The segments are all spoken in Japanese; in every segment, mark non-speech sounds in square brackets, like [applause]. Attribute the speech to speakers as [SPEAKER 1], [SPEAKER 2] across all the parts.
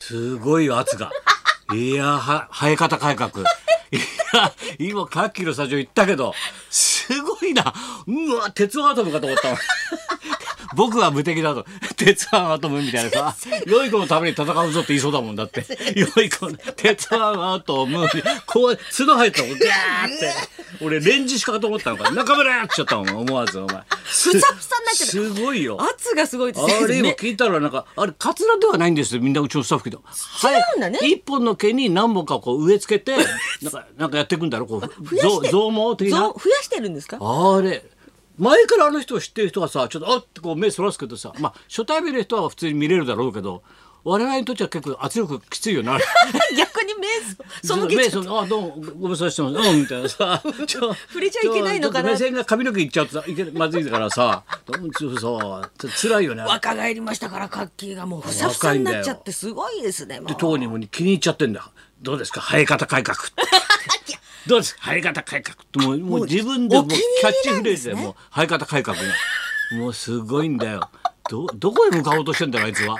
[SPEAKER 1] すごいよ圧
[SPEAKER 2] [laughs]
[SPEAKER 1] がいやは生え方改革いや今カッキーのスタジオ行ったけどすごいなうわ鉄腕アトムかと思
[SPEAKER 2] [laughs]
[SPEAKER 1] ったもん僕は無敵だと鉄腕アトムみたいな
[SPEAKER 2] [laughs]
[SPEAKER 1] さ良い子のために戦うぞって言いそうだもんだって良い子の鉄腕アトムこう角入
[SPEAKER 2] [laughs]
[SPEAKER 1] ったもんガーって俺レンジしかと思ったのか中村って言っちゃったもん思わずお前ふ
[SPEAKER 2] ふさふさになっちゃった
[SPEAKER 1] すごいよ
[SPEAKER 2] 圧がすごいです
[SPEAKER 1] あれ今
[SPEAKER 2] [laughs] ね。
[SPEAKER 1] 聞いたらなんかあれカツラではないんですよみんなうちのスタッフけど
[SPEAKER 2] 違うんだね
[SPEAKER 1] は一本の毛に何本かこう植え付け
[SPEAKER 2] [laughs]
[SPEAKER 1] てなんかなんかやっていくんだろこう
[SPEAKER 2] 増や
[SPEAKER 1] 増
[SPEAKER 2] して
[SPEAKER 1] 増毛的な
[SPEAKER 2] 増増やしてるんですか。
[SPEAKER 1] あれ前からあの人を知ってる人はさちょっとあってこう目そらすけどさまあ初対面の人は普通に見れるだろうけど我々にとっては結構圧力きついよな。
[SPEAKER 2] 逆に目 [laughs]
[SPEAKER 1] [laughs]
[SPEAKER 2] そその気
[SPEAKER 1] 目
[SPEAKER 2] ち
[SPEAKER 1] そのあどうもごご無沙汰してますうんみたいな
[SPEAKER 2] [laughs]
[SPEAKER 1] さちょ
[SPEAKER 2] 触れちゃいけないのかな
[SPEAKER 1] ちょっと目線が髪の毛いっちゃうとさいけまずいからさどうもそうそう辛いよねあれ
[SPEAKER 2] 若返りましたからカッキーがもうふさふ
[SPEAKER 1] 若
[SPEAKER 2] さ
[SPEAKER 1] いん
[SPEAKER 2] に
[SPEAKER 1] だよ
[SPEAKER 2] なっちゃってすごいですね。もう
[SPEAKER 1] で当人も気に入っちゃってんだどうですか生え方改革
[SPEAKER 2] [laughs]
[SPEAKER 1] どうです生え方改革ってもうもう自分でも
[SPEAKER 2] お
[SPEAKER 1] う
[SPEAKER 2] 気
[SPEAKER 1] キ
[SPEAKER 2] に
[SPEAKER 1] ャ
[SPEAKER 2] 入
[SPEAKER 1] ッチ
[SPEAKER 2] りな
[SPEAKER 1] フ
[SPEAKER 2] ん
[SPEAKER 1] レー
[SPEAKER 2] で
[SPEAKER 1] ズ
[SPEAKER 2] す
[SPEAKER 1] で
[SPEAKER 2] ね
[SPEAKER 1] もう生え方改革がもうすごいんだよどどこへ向かおうとしてんだろうあいつは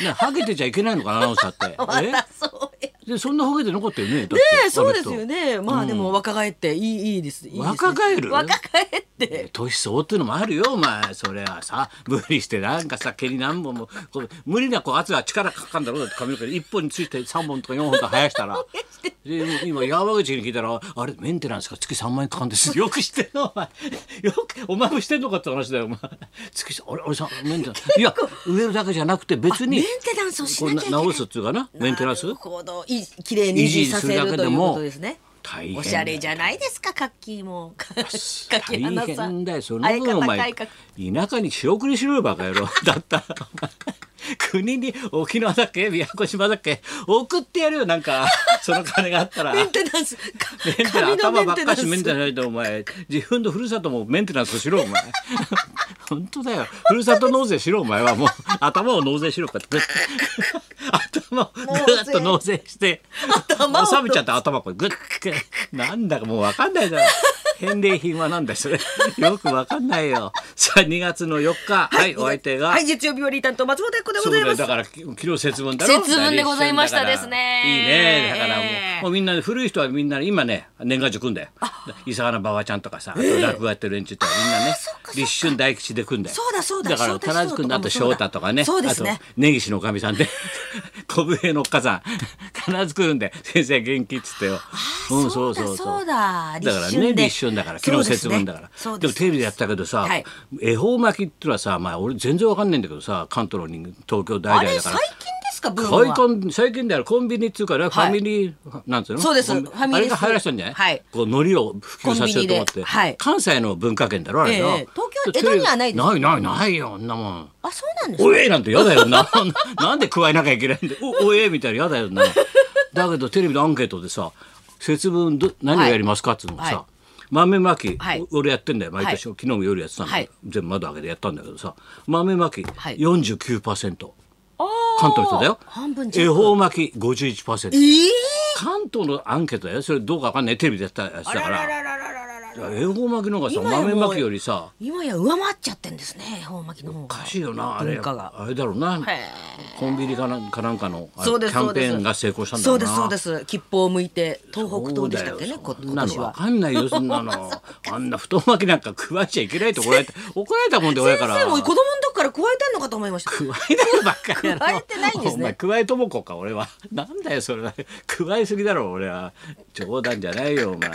[SPEAKER 1] ねハゲてちゃいけないのかなアナウンサーって
[SPEAKER 2] [laughs] またそうや。
[SPEAKER 1] えでそんなハゲて残ったよねね
[SPEAKER 2] ねえそうですよね。まあでも若返っていいいいです。いいですね
[SPEAKER 1] 若返る
[SPEAKER 2] 若返って。
[SPEAKER 1] 年相応っていうのもあるよお前それはさ無理してなんかさ毛に何本もこう無理なこう圧が力かかんだろうだって髪の毛一本について3本とか4本とか生やしたらでもう今山口に聞いたらあれメンテナンスが月3万円かかるんですよく知ってるお前よくお前もしてんのかって話だよお前月さあれあれさメンテナンスいや植えるだけじゃなくて別
[SPEAKER 2] メン
[SPEAKER 1] に
[SPEAKER 2] テナンスをし
[SPEAKER 1] こ
[SPEAKER 2] な
[SPEAKER 1] う
[SPEAKER 2] きゃいけない。
[SPEAKER 1] 直すっていうかなメンテナンス
[SPEAKER 2] なるほどいい綺麗に維持させるということですね。
[SPEAKER 1] 大変だよ
[SPEAKER 2] おしゃれじゃないですかカッキーも。カッキ
[SPEAKER 1] 大
[SPEAKER 2] ー花さん
[SPEAKER 1] 変だよその
[SPEAKER 2] 相
[SPEAKER 1] 分お
[SPEAKER 2] 方
[SPEAKER 1] 前
[SPEAKER 2] 改革
[SPEAKER 1] 田舎に仕送りしろよバカ野郎だったらお前国に沖縄だっけ宮古島だっけ送ってやるよなんかその金があったら
[SPEAKER 2] メンテナンス。
[SPEAKER 1] メンテナンス
[SPEAKER 2] 髪のメ
[SPEAKER 1] 頭ばっ
[SPEAKER 2] ンテナ
[SPEAKER 1] か
[SPEAKER 2] ンス
[SPEAKER 1] し。メンテナンスでお前自分のふるさともメンテナンスしろお前 [laughs] 本当だよふるさと納税しろお前はもう頭を納税しろかって頭をぐーっと納税して
[SPEAKER 2] 頭を
[SPEAKER 1] 収めちゃった頭これグッてなんだかもう分かんないだろ返礼品はなんだそれよく分かんないよさあ2月の4日はい、お相手が、
[SPEAKER 2] はい、月曜日より担当松本英子で
[SPEAKER 1] そ
[SPEAKER 2] ご
[SPEAKER 1] うだ
[SPEAKER 2] ざいま
[SPEAKER 1] よ
[SPEAKER 2] す
[SPEAKER 1] だ。からき昨日節分だろ
[SPEAKER 2] 節分でございましたですね
[SPEAKER 1] いいねだからもう,、
[SPEAKER 2] ええ
[SPEAKER 1] もうみんな古い人はみんな今ね年賀状組んだよ伊佐原馬場ちゃんとかさあと落語やってる連中とかみんなね、立春大吉で組んだよ
[SPEAKER 2] そうだそうだ
[SPEAKER 1] だから
[SPEAKER 2] 正
[SPEAKER 1] 田
[SPEAKER 2] 太
[SPEAKER 1] 中君
[SPEAKER 2] 師匠とかも
[SPEAKER 1] だと翔太とかね
[SPEAKER 2] そうだそうですね
[SPEAKER 1] あと根岸のおかみさんで [laughs] 小笛のおっかさん必ず来るんで先生元気っつってよ、うん、
[SPEAKER 2] そうだそうだ
[SPEAKER 1] だから
[SPEAKER 2] 立春
[SPEAKER 1] ね
[SPEAKER 2] で
[SPEAKER 1] 立春だから
[SPEAKER 2] そ
[SPEAKER 1] 昨
[SPEAKER 2] う
[SPEAKER 1] 日
[SPEAKER 2] ですね
[SPEAKER 1] 節分だから
[SPEAKER 2] そう
[SPEAKER 1] で
[SPEAKER 2] で
[SPEAKER 1] も
[SPEAKER 2] す
[SPEAKER 1] テレビでやったけどさ、
[SPEAKER 2] はい
[SPEAKER 1] 恵方巻きってのはさまあ俺全然わかんないんだけどさ関東の人間東京
[SPEAKER 2] あ
[SPEAKER 1] 大
[SPEAKER 2] れ
[SPEAKER 1] 々だか
[SPEAKER 2] 最
[SPEAKER 1] ら
[SPEAKER 2] 近ですかブーム
[SPEAKER 1] 最
[SPEAKER 2] は。
[SPEAKER 1] 近最近であるコンビニっていうからファミリー、なんつうの
[SPEAKER 2] そうです
[SPEAKER 1] コンビ
[SPEAKER 2] ファミレス
[SPEAKER 1] あれが流行らしたんじゃない、
[SPEAKER 2] はい
[SPEAKER 1] こう海苔を普及させようと思っ
[SPEAKER 2] コンビニ
[SPEAKER 1] て、
[SPEAKER 2] ではい
[SPEAKER 1] 関西の文化圏だろあれな、
[SPEAKER 2] ええ東京江戸にはないです
[SPEAKER 1] ないないないよあんなもん
[SPEAKER 2] あ、そうなんですか。
[SPEAKER 1] おえなんてやだよな [laughs] なんで加えなきゃいけないんでおおえみたいなやだよなだけどテレビのアンケートでさ節分ど何をやりますかっつうのがさ、
[SPEAKER 2] はい
[SPEAKER 1] 豆まき、
[SPEAKER 2] はい
[SPEAKER 1] お俺やってんだよ毎年、
[SPEAKER 2] は
[SPEAKER 1] 昨日も夜やってたんだ
[SPEAKER 2] はい
[SPEAKER 1] けど全部窓開けてやったんだけどさ豆まき
[SPEAKER 2] はい
[SPEAKER 1] 49%、
[SPEAKER 2] あー
[SPEAKER 1] 関東の人だよ
[SPEAKER 2] 半分
[SPEAKER 1] 恵
[SPEAKER 2] 近く。
[SPEAKER 1] 方巻き51%
[SPEAKER 2] えー
[SPEAKER 1] 関東のアンケートだよそれどうかわかんないテレビでやったやつだか
[SPEAKER 2] あら
[SPEAKER 1] ら
[SPEAKER 2] ららららららら
[SPEAKER 1] 恵方巻きの方がさ
[SPEAKER 2] 今やもう
[SPEAKER 1] 豆巻きよりさ
[SPEAKER 2] 今や上回っちゃってんですね、本巻きの方
[SPEAKER 1] お
[SPEAKER 2] が。
[SPEAKER 1] かしいよなあれ
[SPEAKER 2] 文化が
[SPEAKER 1] あれだろうなコンビニかなんかなんかのあれキ
[SPEAKER 2] そうです
[SPEAKER 1] ャ
[SPEAKER 2] そ
[SPEAKER 1] ン
[SPEAKER 2] う
[SPEAKER 1] ペ
[SPEAKER 2] です
[SPEAKER 1] ーンが成功したんだ
[SPEAKER 2] そ
[SPEAKER 1] ろ
[SPEAKER 2] う
[SPEAKER 1] う
[SPEAKER 2] で
[SPEAKER 1] な
[SPEAKER 2] すそうです。切符を向いて東北
[SPEAKER 1] そ
[SPEAKER 2] 東
[SPEAKER 1] う
[SPEAKER 2] でし
[SPEAKER 1] だ
[SPEAKER 2] た
[SPEAKER 1] よ
[SPEAKER 2] っけね、こ
[SPEAKER 1] そんなの
[SPEAKER 2] 今年
[SPEAKER 1] 分
[SPEAKER 2] は。
[SPEAKER 1] かんないよそんなの
[SPEAKER 2] [laughs]
[SPEAKER 1] あんな太巻きなんか食わしちゃいけないと怒られて怒られたもんで親
[SPEAKER 2] 先
[SPEAKER 1] から
[SPEAKER 2] 生も子供の時から加えてんのかと思いました。
[SPEAKER 1] 加えだよばっかりやろ
[SPEAKER 2] 加えてないんですね
[SPEAKER 1] お前加えともこか俺はなんだよそれは加えすぎだろ俺は冗談じゃないよお
[SPEAKER 2] [laughs]
[SPEAKER 1] 前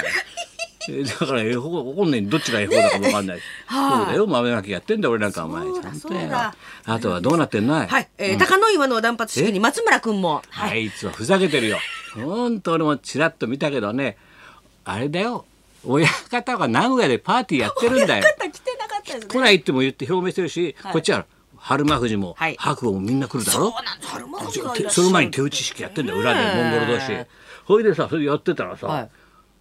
[SPEAKER 1] えだから絵本わかんないどっちが絵本だかもわかんないし、
[SPEAKER 2] はい
[SPEAKER 1] そうだよ豆まきやってんだよ俺なんかお前
[SPEAKER 2] そう
[SPEAKER 1] ちゃ
[SPEAKER 2] だ
[SPEAKER 1] んとや
[SPEAKER 2] そうだ
[SPEAKER 1] あとはどうなってんない
[SPEAKER 2] はい、えー高野岩の断髪式に松村君も。はい。
[SPEAKER 1] あいつはふざけてるよ。ほんと俺もちらっと見たけどね、あれだよ。親方が名古屋でパーティーやってるんだよ。
[SPEAKER 2] 方来てなかったです
[SPEAKER 1] 来
[SPEAKER 2] ね。
[SPEAKER 1] ないっても言って表明してるし、
[SPEAKER 2] い
[SPEAKER 1] こっちは春馬富士も、
[SPEAKER 2] はい
[SPEAKER 1] 白鵬もみんな来るだ
[SPEAKER 2] そ
[SPEAKER 1] ろ
[SPEAKER 2] う。なんです。春馬富士がいらっしゃる
[SPEAKER 1] その前に手打ち式やってんだよ裏でモンゴル同士
[SPEAKER 2] ねえ
[SPEAKER 1] ほいでさそれやってたらさ、
[SPEAKER 2] はい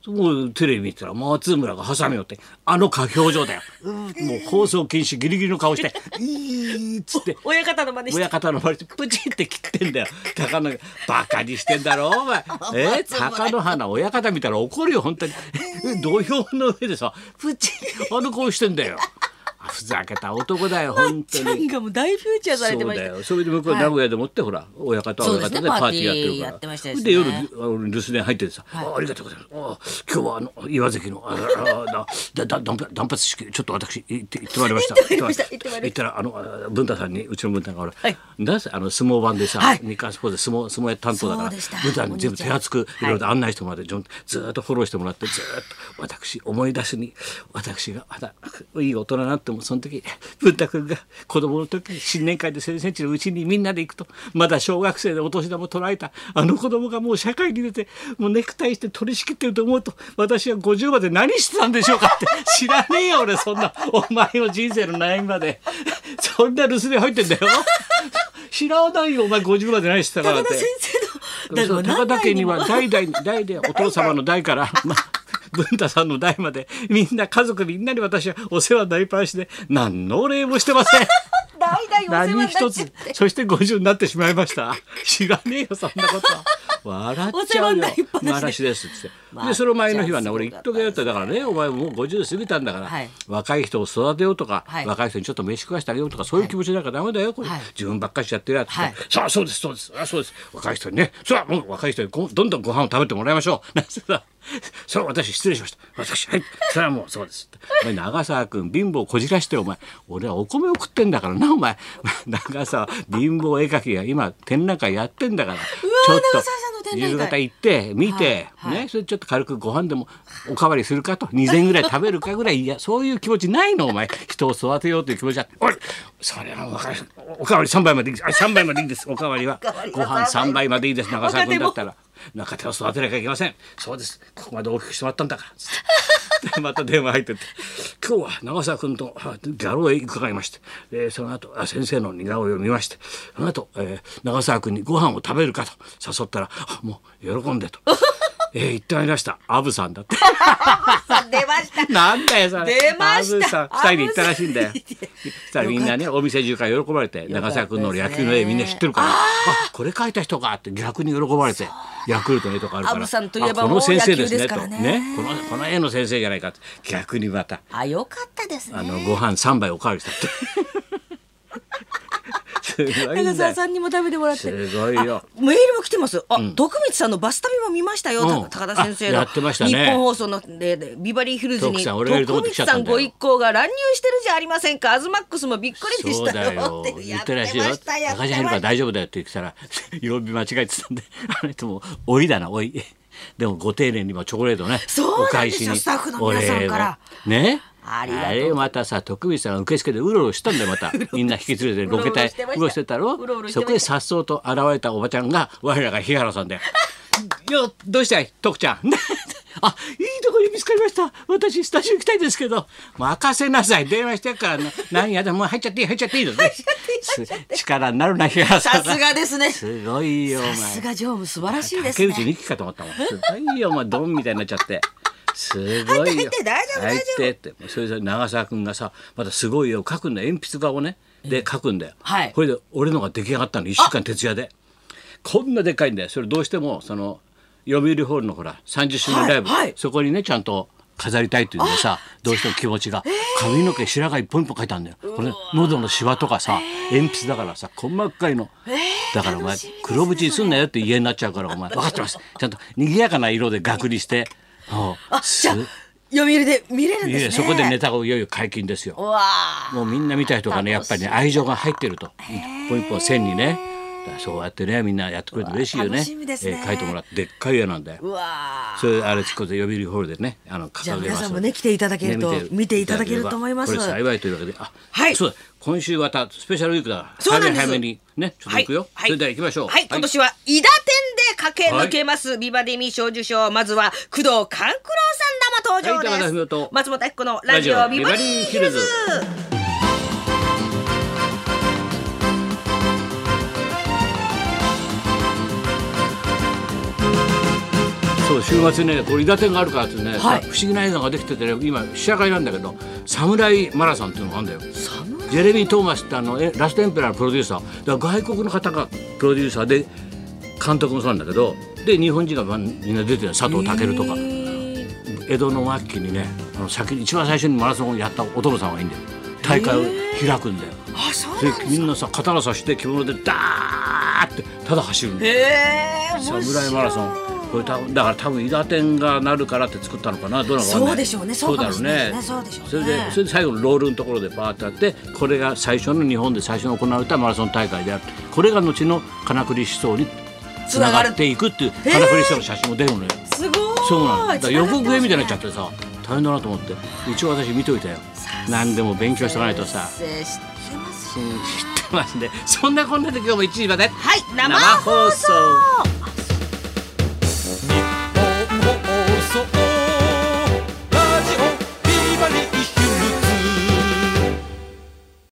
[SPEAKER 1] もうテレビ見てたら松村がハサミをってあの下表情だよもう放送禁止ギリギリの顔して「いい」っつって
[SPEAKER 2] 親方の真似して。
[SPEAKER 1] 親方の周りでプチって切ってんだよ高野がバカにしてんだろお
[SPEAKER 2] [laughs]
[SPEAKER 1] 前え
[SPEAKER 2] つまらん
[SPEAKER 1] 高野花親方見たら
[SPEAKER 2] [laughs]
[SPEAKER 1] 怒るよ本当に土俵の上でさプチあの顔してんだよふざけた男だよ本当
[SPEAKER 2] ちゃん
[SPEAKER 1] に。
[SPEAKER 2] がもう大フューチャーされ
[SPEAKER 1] そ
[SPEAKER 2] て
[SPEAKER 1] う
[SPEAKER 2] まし
[SPEAKER 1] だ
[SPEAKER 2] た
[SPEAKER 1] よそれで向こうは名古屋でもって、ほら親方は親方でパーティーやってるから
[SPEAKER 2] そうですねパーティーやってましたですね
[SPEAKER 1] で夜あの留守電入っててさ、あ「ありがとうございますあ今日はあの岩崎のあああ
[SPEAKER 2] [laughs]
[SPEAKER 1] だだだ断断髪式ちょっと私行って行ってまいりました」
[SPEAKER 2] 行ってまいりました行ってまいり
[SPEAKER 1] 行っ
[SPEAKER 2] ました
[SPEAKER 1] たらあのあ文太さんにうちの文太が俺、
[SPEAKER 2] はい
[SPEAKER 1] なんせあの相撲番でさ、
[SPEAKER 2] はい
[SPEAKER 1] 日刊スポーツで相撲相撲や担当だから
[SPEAKER 2] そうでした
[SPEAKER 1] 文太さんに全部手厚くい
[SPEAKER 2] お兄ちゃん
[SPEAKER 1] ろいろ案内してもらって、ずーっとフォローしてもらってずーっと私思い出しに私がまだいい大人になってもその時文太君が子供の時に新年会で先生んちのうちにみんなで行くとまだ小学生でお年玉取られたあの子供がもう社会に出てもうネクタイして取り仕切ってると思うと私は50まで何してたんでしょうかって知らねえよ俺そんなお前の人生の悩みまでそんな留守電入ってんだよ知らないよお前50まで何してたから
[SPEAKER 2] 高
[SPEAKER 1] っ
[SPEAKER 2] 田
[SPEAKER 1] て
[SPEAKER 2] 先。生の
[SPEAKER 1] そう高田家には
[SPEAKER 2] [laughs] 何
[SPEAKER 1] 代
[SPEAKER 2] 代
[SPEAKER 1] 々代でお父様の代からまあ文太さんの代までみんな家族みんなに私はお世話になりっぱなしで何のお礼もしてま
[SPEAKER 2] [laughs]
[SPEAKER 1] せん
[SPEAKER 2] 代々お世話にな
[SPEAKER 1] 何
[SPEAKER 2] っちゃ
[SPEAKER 1] 一
[SPEAKER 2] って
[SPEAKER 1] つそして50になってしまいました知らねえよそんなこと笑っちゃうよ
[SPEAKER 2] お世話になりっぱなしで
[SPEAKER 1] 話ですっつって、
[SPEAKER 2] まあ
[SPEAKER 1] でその前の日は
[SPEAKER 2] じ
[SPEAKER 1] ね
[SPEAKER 2] ゃあ
[SPEAKER 1] 俺言っとけよってだからねお前もう50過ぎたんだから、
[SPEAKER 2] はい
[SPEAKER 1] 若い人を育てようとか、
[SPEAKER 2] はい
[SPEAKER 1] 若い人にちょっと飯食わしてあげようとかそういう気持ちなんかダメだよこれ、
[SPEAKER 2] はい
[SPEAKER 1] 自分ばっかりしちゃってるやつ、
[SPEAKER 2] はい
[SPEAKER 1] そうそうですそうですあそうです若い人にねそれはもう若い人にごどんどんご飯を食べてもらいましょう [laughs] なんせさそれは私失礼しました私はいそれはもうそうですお前長澤君貧乏こじらしてお前俺はお米を食ってんだからなお前長澤貧乏絵描きが今展覧会やってんだからちょっ
[SPEAKER 2] 長澤さんの
[SPEAKER 1] と
[SPEAKER 2] 展覧会
[SPEAKER 1] 夕方行って見て、
[SPEAKER 2] はいはい
[SPEAKER 1] ねそれちょっと軽くご飯でもおかわりするかと2膳ぐらい食べるかぐらいいやそういう気持ちないのお前人を育てようという気持ちはおいそれはわかるおかわり3杯までいいですあ三杯までいいですおかわりは
[SPEAKER 2] かわりは
[SPEAKER 1] ご飯3杯までいいです長澤
[SPEAKER 2] 若手
[SPEAKER 1] 君
[SPEAKER 2] も
[SPEAKER 1] だったら中手を育てなきゃいけませんそうですここまで大きくしてもらったんだからつ [laughs] ってでまた電話入ってって「今日は長澤君とあギャロへ伺いまして、えーその後あ先生の似顔絵を見ましてその後、えー長澤君にご飯を食べるか」と誘ったらあ「もう喜んで」と。えー、言ってまいりました。アブさんだって。
[SPEAKER 2] さん出ました
[SPEAKER 1] なんだよ、それ。
[SPEAKER 2] 出ました
[SPEAKER 1] アブさん。二人で行ったらしいんだよ。
[SPEAKER 2] アブさん
[SPEAKER 1] したらみんなね、お店中から喜ばれて、長澤君の野球の絵みんな知ってるから、あこれ描いた人かって逆に喜ばれて、ヤクルトの絵とかあるから、
[SPEAKER 2] アブさんといえば
[SPEAKER 1] あこ
[SPEAKER 2] も
[SPEAKER 1] の
[SPEAKER 2] う
[SPEAKER 1] 先生ですね、
[SPEAKER 2] 野球ですからね
[SPEAKER 1] と。ね。この、この絵の先生じゃないかって。逆にまた。
[SPEAKER 2] [laughs] あよかったですね
[SPEAKER 1] あのご飯三杯おかわりした
[SPEAKER 2] [laughs]
[SPEAKER 1] って。すごいん
[SPEAKER 2] 長
[SPEAKER 1] だ
[SPEAKER 2] 澤
[SPEAKER 1] よ。
[SPEAKER 2] さんにも食べてもらって
[SPEAKER 1] すごいよ。
[SPEAKER 2] メールも来てます。あ、徳光さんのバス旅も見ましたよ。
[SPEAKER 1] うん
[SPEAKER 2] た高田先生の
[SPEAKER 1] あやってましたね
[SPEAKER 2] 日本放送のででビバリーヒルズ
[SPEAKER 1] 徳
[SPEAKER 2] に
[SPEAKER 1] さん
[SPEAKER 2] 徳
[SPEAKER 1] 俺がいると思って
[SPEAKER 2] 光
[SPEAKER 1] 来ちゃっ
[SPEAKER 2] さ
[SPEAKER 1] た
[SPEAKER 2] ん
[SPEAKER 1] んだよ
[SPEAKER 2] ご一行が乱入してるじゃありませんか。アズマックスもびっくりでし
[SPEAKER 1] そう
[SPEAKER 2] た
[SPEAKER 1] だ
[SPEAKER 2] よ
[SPEAKER 1] よ。
[SPEAKER 2] って
[SPEAKER 1] 言ってらしいよ。
[SPEAKER 2] や
[SPEAKER 1] 高
[SPEAKER 2] ってましたやって
[SPEAKER 1] 橋
[SPEAKER 2] ました
[SPEAKER 1] 入るから大丈夫だよって言ってたら、 [laughs] 曜日間違えてたんで、あの人も、おいだな、おい。でもご丁寧にもチョコレートね、
[SPEAKER 2] そう
[SPEAKER 1] お
[SPEAKER 2] なん
[SPEAKER 1] 返
[SPEAKER 2] です
[SPEAKER 1] し
[SPEAKER 2] よ
[SPEAKER 1] に
[SPEAKER 2] スタッフの皆さんから
[SPEAKER 1] お礼をね。
[SPEAKER 2] ありがとう
[SPEAKER 1] れまたさ徳光さんが受付でうろうろしたんだよま
[SPEAKER 2] [laughs]
[SPEAKER 1] たみんな引き連れてロケ隊
[SPEAKER 2] うろうろしてました
[SPEAKER 1] うろうろしてたろ
[SPEAKER 2] うろうろしてました
[SPEAKER 1] そこへさっそうと現れたおばちゃんが我らが日原さん [laughs] で「よどうしたい徳ちゃん」 [laughs] あいいとこに見つかりました私スタジオ行きたいですけど任せなさい電話してるから [laughs] な何やだもう入っちゃっていい入っちゃっていいのねす力になるな日原さ
[SPEAKER 2] さ
[SPEAKER 1] ん
[SPEAKER 2] すがですね。さ
[SPEAKER 1] すごいよお前
[SPEAKER 2] すが常務素晴らしいです
[SPEAKER 1] 竹
[SPEAKER 2] ね
[SPEAKER 1] 内。力かと思ったもん。すごいよ、お前、ドンみたいになっちゃって。すごいよ。
[SPEAKER 2] 入って入って大丈夫
[SPEAKER 1] 入ってって。それで長澤君がさ、またすごいよ、書くんだよ。鉛筆画をね。で、書くんだよ。
[SPEAKER 2] はい
[SPEAKER 1] これで、俺のが出来上がったの、1週間徹夜で。こんなでかいんだよ。それどうしても、その、読売ホールのほら、30周年ライブ、
[SPEAKER 2] はいはい
[SPEAKER 1] そこにね、ちゃんと、飾りたいというのでさどうしても気持ちが髪の毛白髪一本一本描いたんだよこれね喉のシワとかさ鉛筆だからさ細かいのだからお前
[SPEAKER 2] 楽しみですね
[SPEAKER 1] 黒縁にすんなよって家になっちゃうからお前分かってますちゃんと賑やかな色で額にしてあ
[SPEAKER 2] あ、じゃあ読売で見れるん
[SPEAKER 1] い
[SPEAKER 2] です
[SPEAKER 1] や
[SPEAKER 2] ね。
[SPEAKER 1] そこでネタがいよいよ解禁ですよ
[SPEAKER 2] うわあ。
[SPEAKER 1] もうみんな見た人がねやっぱりね愛情が入ってると一本一本線にねだからそうやってねみんなやってくれると嬉しいよね
[SPEAKER 2] 楽しみですね
[SPEAKER 1] えー書いてもらってでっかい絵なんだよ
[SPEAKER 2] うわあ。
[SPEAKER 1] それあれつこで呼び売りホールでねあの掲げます
[SPEAKER 2] じゃあ皆さんもね来ていただけると
[SPEAKER 1] ね
[SPEAKER 2] 見ていただけると思います
[SPEAKER 1] これ幸いというわけであ
[SPEAKER 2] はい
[SPEAKER 1] そうだ今週またスペシャルウィークだから
[SPEAKER 2] そうなんで
[SPEAKER 1] 早
[SPEAKER 2] す
[SPEAKER 1] めに早めにねちょっと行くよ、それでは行きましょう
[SPEAKER 2] はい、今年は伊田店で駆け抜けます、ビバディミー賞受賞。まずは工藤官九郎さんらも登場です。
[SPEAKER 1] はい高田文夫と
[SPEAKER 2] 松本彦のラジオ
[SPEAKER 1] ラジオ
[SPEAKER 2] ビバディヒルズ
[SPEAKER 1] ビ。そう週末ねこれ伊達店があるからってね、
[SPEAKER 2] はい
[SPEAKER 1] 不思議な映画ができててね今試写会なんだけど「侍マラソン」っていうのがあるんだよ。ジェレミー・トーマスってあのえラストエンペラーのプロデューサーだから外国の方がプロデューサーで監督もそうなんだけどで日本人がまあみんな出てる佐藤健とか、江戸の末期にねあの先に一番最初にマラソンをやったお殿さんがいいんだよ。大会を開くんだよ、
[SPEAKER 2] あそうなん
[SPEAKER 1] で
[SPEAKER 2] です
[SPEAKER 1] みんなさ刀差して着物でダーってただ走るんだよ
[SPEAKER 2] へえ
[SPEAKER 1] 侍マラソンこれ多分だから多分伊田天がなるからって作ったのかなどうなのかわかんない
[SPEAKER 2] そうでしょうねそうかもしれないですねそうでしょうね
[SPEAKER 1] それでそれで最後のロールのところでバーってあってこれが最初の日本で最初に行われたマラソン大会であるこれが後の金栗思想につながっていくっていう
[SPEAKER 2] えー
[SPEAKER 1] 金栗思想の写真も出るのよ、
[SPEAKER 2] すごい
[SPEAKER 1] そうなんだだから予告編みたいになっちゃっててさ大変だなと思って一応私見といたよ何でも勉強しておかないとさ [laughs]
[SPEAKER 2] 知ってます
[SPEAKER 1] 知ってますねそんなこんなで今日も1時まで
[SPEAKER 2] はい生放送